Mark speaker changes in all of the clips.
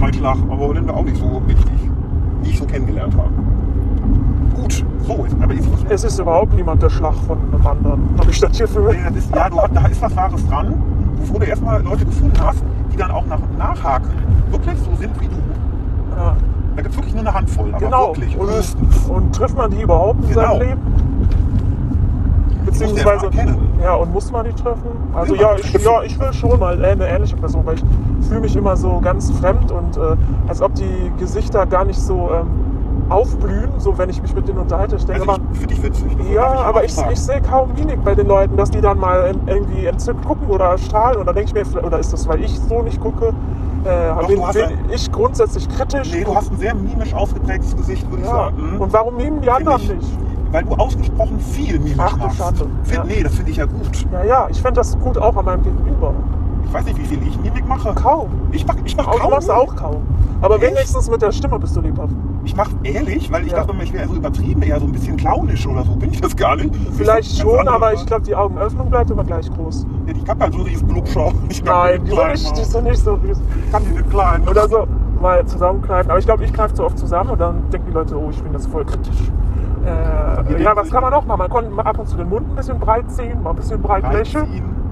Speaker 1: Beitrag, aber Holländer auch nicht so richtig, die ich so kennengelernt habe. Gut, so, jetzt- aber jetzt muss man.
Speaker 2: Es ist überhaupt niemand der Schlag von einem anderen. Habe ich das hier für
Speaker 1: Nee, Äh, das ist, ja, du, hast- da ist was Wahres dran, bevor du erstmal Leute gefunden hast, die dann auch nach, nachhaken, wirklich so sind wie du.
Speaker 2: Ja,
Speaker 1: Da gibt es wirklich nur eine Handvoll, aber
Speaker 2: genau.
Speaker 1: wirklich. Also,
Speaker 2: Und, und trifft man die überhaupt in
Speaker 1: Genau.
Speaker 2: seinem Leben?
Speaker 1: Die muss man erst mal kennen.
Speaker 2: ja, und muss man die treffen? Also
Speaker 1: Ja,
Speaker 2: ja, ich, ja, ich will schon mal äh, eine ähnliche Person, weil ich fühle mich immer so ganz fremd und äh, als ob die Gesichter gar nicht so ähm, aufblühen, so wenn ich mich mit denen unterhalte. Ich denke
Speaker 1: Also
Speaker 2: immer,
Speaker 1: ich, finde ich witzig. Das
Speaker 2: Ja,
Speaker 1: darf immer
Speaker 2: aber
Speaker 1: so
Speaker 2: ich,
Speaker 1: sagen.
Speaker 2: ich sehe kaum Mimik bei den Leuten, dass die dann mal in, irgendwie entzückt gucken oder strahlen. Und dann denke ich mir, vielleicht- oder ist das, weil ich so nicht gucke? Äh,
Speaker 1: Doch,
Speaker 2: bin,
Speaker 1: du hast
Speaker 2: bin ich grundsätzlich kritisch?
Speaker 1: Nee, du hast ein sehr mimisch ausgeprägtes Gesicht, würde ich
Speaker 2: ja.
Speaker 1: sagen. Mhm.
Speaker 2: Und warum nehmen die
Speaker 1: Finde
Speaker 2: anderen
Speaker 1: ich-
Speaker 2: nicht?
Speaker 1: Weil du ausgesprochen viel mimisch
Speaker 2: Ach, du
Speaker 1: machst.
Speaker 2: Schande.
Speaker 1: Find,
Speaker 2: Ja.
Speaker 1: Nee, das finde ich ja gut.
Speaker 2: Ja, ja, ich fände das gut auch an meinem Gegenüber.
Speaker 1: Ich weiß nicht, wie viel ich Mimik mache.
Speaker 2: Kaum.
Speaker 1: Ich mach, ich mach
Speaker 2: Aber du
Speaker 1: kaum
Speaker 2: machst
Speaker 1: Mimik.
Speaker 2: auch kaum. Aber
Speaker 1: Echt?
Speaker 2: wenigstens mit der Stimme bist du lebhaft.
Speaker 1: Ich mach ehrlich, weil ich
Speaker 2: Ja.
Speaker 1: dachte immer, ich wäre so übertrieben, eher so ein bisschen clownisch oder so. Bin ich das gar nicht.
Speaker 2: Vielleicht
Speaker 1: Ganz
Speaker 2: schon,
Speaker 1: andere-
Speaker 2: aber ich glaube, die Augenöffnung bleibt immer gleich groß.
Speaker 1: Ja, ich kann halt so dieses Blubschau. Ich kann
Speaker 2: Nein,
Speaker 1: die
Speaker 2: die
Speaker 1: klein
Speaker 2: sind nicht, die
Speaker 1: machen.
Speaker 2: sind nicht so süß.
Speaker 1: Ich kann diese kleinen.
Speaker 2: Oder so mal zusammenkneifen. Aber ich glaube, ich kneife zu oft zusammen und dann denken die Leute, oh, ich bin das voll kritisch. Äh, ja, was kann man noch machen? Man konnte mal ab und zu den Mund ein bisschen breit ziehen, mal ein bisschen breit lächeln.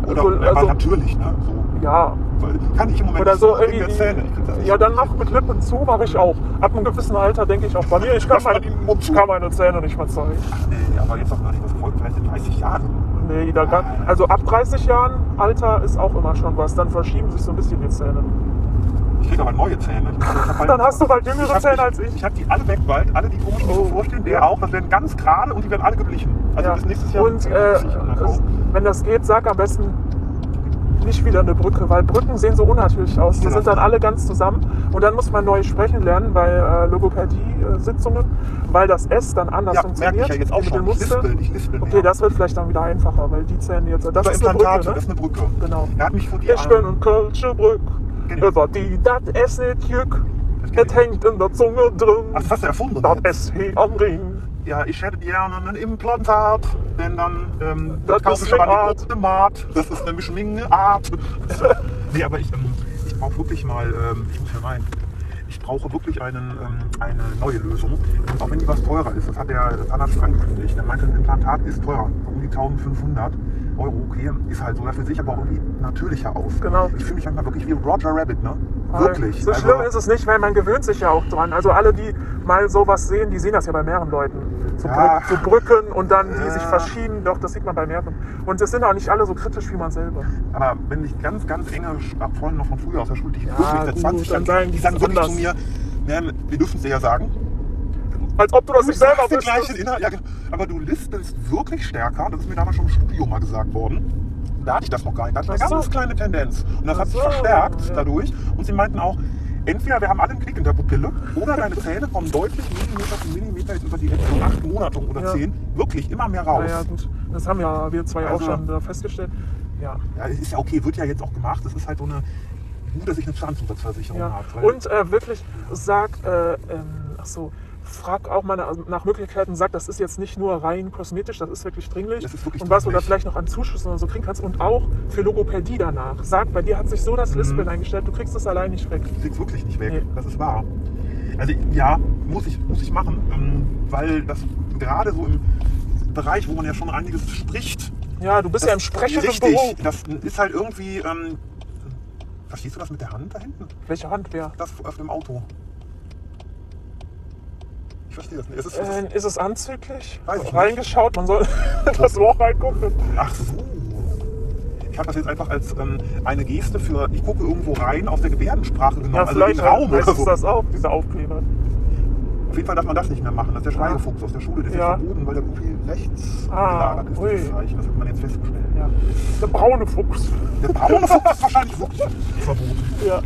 Speaker 1: Oder
Speaker 2: Also-
Speaker 1: aber
Speaker 2: also-
Speaker 1: natürlich, ne? So.
Speaker 2: Ja.
Speaker 1: Weil, kann ich im Moment
Speaker 2: Oder
Speaker 1: nicht
Speaker 2: so
Speaker 1: wegen der
Speaker 2: irgendwie.
Speaker 1: Zähne. Ich krieg das nicht
Speaker 2: Ja,
Speaker 1: so
Speaker 2: dann
Speaker 1: richtig
Speaker 2: noch mit Lippen zu, mache ich auch. Ab einem gewissen Alter denke ich auch bei mir, ich kann,
Speaker 1: Mach mal
Speaker 2: meine,
Speaker 1: den Mund zu.
Speaker 2: ich kann meine Zähne nicht mehr zeigen.
Speaker 1: Nee, aber jetzt doch noch nicht. Das folgt vielleicht in 30 Jahren.
Speaker 2: Nee, da kann, also ab 30 Jahren Alter ist auch immer schon was. Dann verschieben sich so ein bisschen die Zähne.
Speaker 1: Ich krieg aber neue Zähne. Ich hab bald-
Speaker 2: Dann hast du bald jüngere
Speaker 1: hab-
Speaker 2: Zähne als ich.
Speaker 1: Ich habe die alle weg bald. Alle, die komisch mir so
Speaker 2: Oh.
Speaker 1: vorstellen, der
Speaker 2: Ja.
Speaker 1: auch. Das werden ganz gerade und die werden alle geblichen. Also
Speaker 2: Ja.
Speaker 1: bis nächstes Jahr.
Speaker 2: Und
Speaker 1: sind
Speaker 2: äh,
Speaker 1: die geblichen und dann auch.
Speaker 2: wenn das geht, sag am besten nicht wieder eine Brücke, weil Brücken sehen so unnatürlich aus. Die
Speaker 1: Genau.
Speaker 2: sind dann alle ganz zusammen und dann muss man neu sprechen lernen bei äh, Logopädie-Sitzungen, weil das S dann anders
Speaker 1: Ja, merke
Speaker 2: funktioniert.
Speaker 1: ich ja jetzt auch
Speaker 2: mit den
Speaker 1: schon. Ich
Speaker 2: Muskeln.
Speaker 1: lispel, ich lispel
Speaker 2: Okay,
Speaker 1: mehr.
Speaker 2: das wird vielleicht dann wieder einfacher, weil die Zähne jetzt. Das
Speaker 1: Oder
Speaker 2: ist eine
Speaker 1: Implantate,
Speaker 2: Brücke,
Speaker 1: das ist
Speaker 2: ne?
Speaker 1: eine Brücke.
Speaker 2: Genau.
Speaker 1: Er hat mich vor die
Speaker 2: Ich bin ein Kölsche Brück,
Speaker 1: Genau.
Speaker 2: über die das S nicht jück.
Speaker 1: Das kenn
Speaker 2: Es
Speaker 1: ich.
Speaker 2: hängt in der Zunge drin,
Speaker 1: Ach, das hast du erfunden.
Speaker 2: das
Speaker 1: jetzt.
Speaker 2: S hier am Ring.
Speaker 1: Ja, ich hätte gerne ein Implantat, denn dann ähm,
Speaker 2: Das
Speaker 1: kaufe
Speaker 2: ist
Speaker 1: ich aber
Speaker 2: eine
Speaker 1: die gute Art. Das ist nämlich eine Art. nee, aber ich, ähm, ich brauche wirklich mal, ähm, ich muss hier rein, ich brauche wirklich einen, ähm, eine neue Lösung, ähm, auch wenn die was teurer ist. Das hat der Anna schon angekündigt. Er meinte, ein Implantat ist teurer, um die 1500 Euro. Okay, ist halt so, dafür sehe ich aber auch irgendwie natürlicher aus.
Speaker 2: Genau.
Speaker 1: Ich fühle mich manchmal wirklich wie Roger Rabbit, ne? Wirklich.
Speaker 2: Äh,
Speaker 1: Also
Speaker 2: So schlimm ist es nicht, weil man gewöhnt sich ja auch dran. Also alle, die mal sowas sehen, die sehen das ja bei mehreren Leuten. So,
Speaker 1: Ja.
Speaker 2: Brü so Brücken und dann die
Speaker 1: Ja.
Speaker 2: sich verschieben. Doch, das sieht man bei mehreren. Und es sind auch nicht alle so kritisch wie man selber.
Speaker 1: Aber wenn ich ganz, ganz enge Sch- ab Freunde noch von früher aus der Schule, die ich wirklich seit
Speaker 2: gut,
Speaker 1: 20 Jahren
Speaker 2: dann sagen
Speaker 1: kenne, die
Speaker 2: die
Speaker 1: sagen
Speaker 2: es
Speaker 1: wirklich zu mir,
Speaker 2: anders.
Speaker 1: ne, wir dürfen es dir ja sagen.
Speaker 2: Als ob du das nicht selber
Speaker 1: sagst den
Speaker 2: bist.
Speaker 1: gleichen Inhalt, ja, genau. aber du lispelst wirklich stärker, das ist mir damals schon im Studio mal gesagt worden. Da hatte ich das noch gar nicht. Da hatte ich eine
Speaker 2: Ach so.
Speaker 1: ganz kleine Tendenz. Und das hat
Speaker 2: Ach
Speaker 1: sich
Speaker 2: so,
Speaker 1: verstärkt
Speaker 2: ja.
Speaker 1: dadurch. Und sie meinten auch, entweder wir haben alle einen Klick in der Pupille oder deine Zähne kommen deutlich Millimeter für Millimeter jetzt über die letzten acht Monate oder
Speaker 2: Ja.
Speaker 1: zehn wirklich immer mehr raus.
Speaker 2: Ja, ja, gut. Das haben ja wir zwei
Speaker 1: Also-
Speaker 2: auch schon äh, festgestellt. Ja.
Speaker 1: Ja, ist ja okay, wird ja jetzt auch gemacht. Das ist halt so eine. Gut, dass ich eine Zahnzusatzversicherung
Speaker 2: ja.
Speaker 1: habe. weil-
Speaker 2: Und äh, wirklich, sag, äh, ähm, ach so, frag auch mal also nach- nach Möglichkeiten, sag, das ist jetzt nicht nur rein kosmetisch, das ist wirklich dringlich.
Speaker 1: Das ist wirklich
Speaker 2: und was du da
Speaker 1: dringlich.
Speaker 2: vielleicht noch an Zuschüssen oder so kriegen kannst und auch für Logopädie danach. Sag, bei dir hat sich so das
Speaker 1: Mhm.
Speaker 2: Lispeln eingestellt, du kriegst das allein nicht weg.
Speaker 1: krieg's wirklich nicht weg.
Speaker 2: Nee.
Speaker 1: Das ist wahr. Also ja, muss ich, muss ich machen, ähm, weil das gerade so im Bereich, wo man ja schon einiges spricht,
Speaker 2: Ja, du bist ja im sprechenden Büro.
Speaker 1: das ist halt irgendwie. Ähm, verstehst du das mit der Hand da hinten?
Speaker 2: Welche Hand wer?
Speaker 1: Das auf dem Auto. Ich verstehe das nicht. Es ist, es ist,
Speaker 2: Äh, ist es anzüglich?
Speaker 1: Weiß ich
Speaker 2: Reingeschaut, man soll das Loch reingucken.
Speaker 1: Ach so. Ich habe das jetzt einfach als ähm, eine Geste für, ich gucke irgendwo rein aus der Gebärdensprache genommen,
Speaker 2: Ja,
Speaker 1: also
Speaker 2: vielleicht
Speaker 1: den Raum
Speaker 2: heißt
Speaker 1: oder
Speaker 2: es
Speaker 1: so.
Speaker 2: das auch, diese Aufkleber.
Speaker 1: Auf jeden Fall darf man das nicht mehr machen. Das ist der Schweigefuchs aus der Schule, der ist
Speaker 2: Ah. Ja.
Speaker 1: jetzt verboten, weil der irgendwie rechts
Speaker 2: Ah,
Speaker 1: gelagert ist,
Speaker 2: ui.
Speaker 1: dieses Zeichen. Das hat man jetzt festgestellt.
Speaker 2: Ja. Der braune Fuchs.
Speaker 1: Der braune Fuchs ist wahrscheinlich wirklich verboten.
Speaker 2: Ja.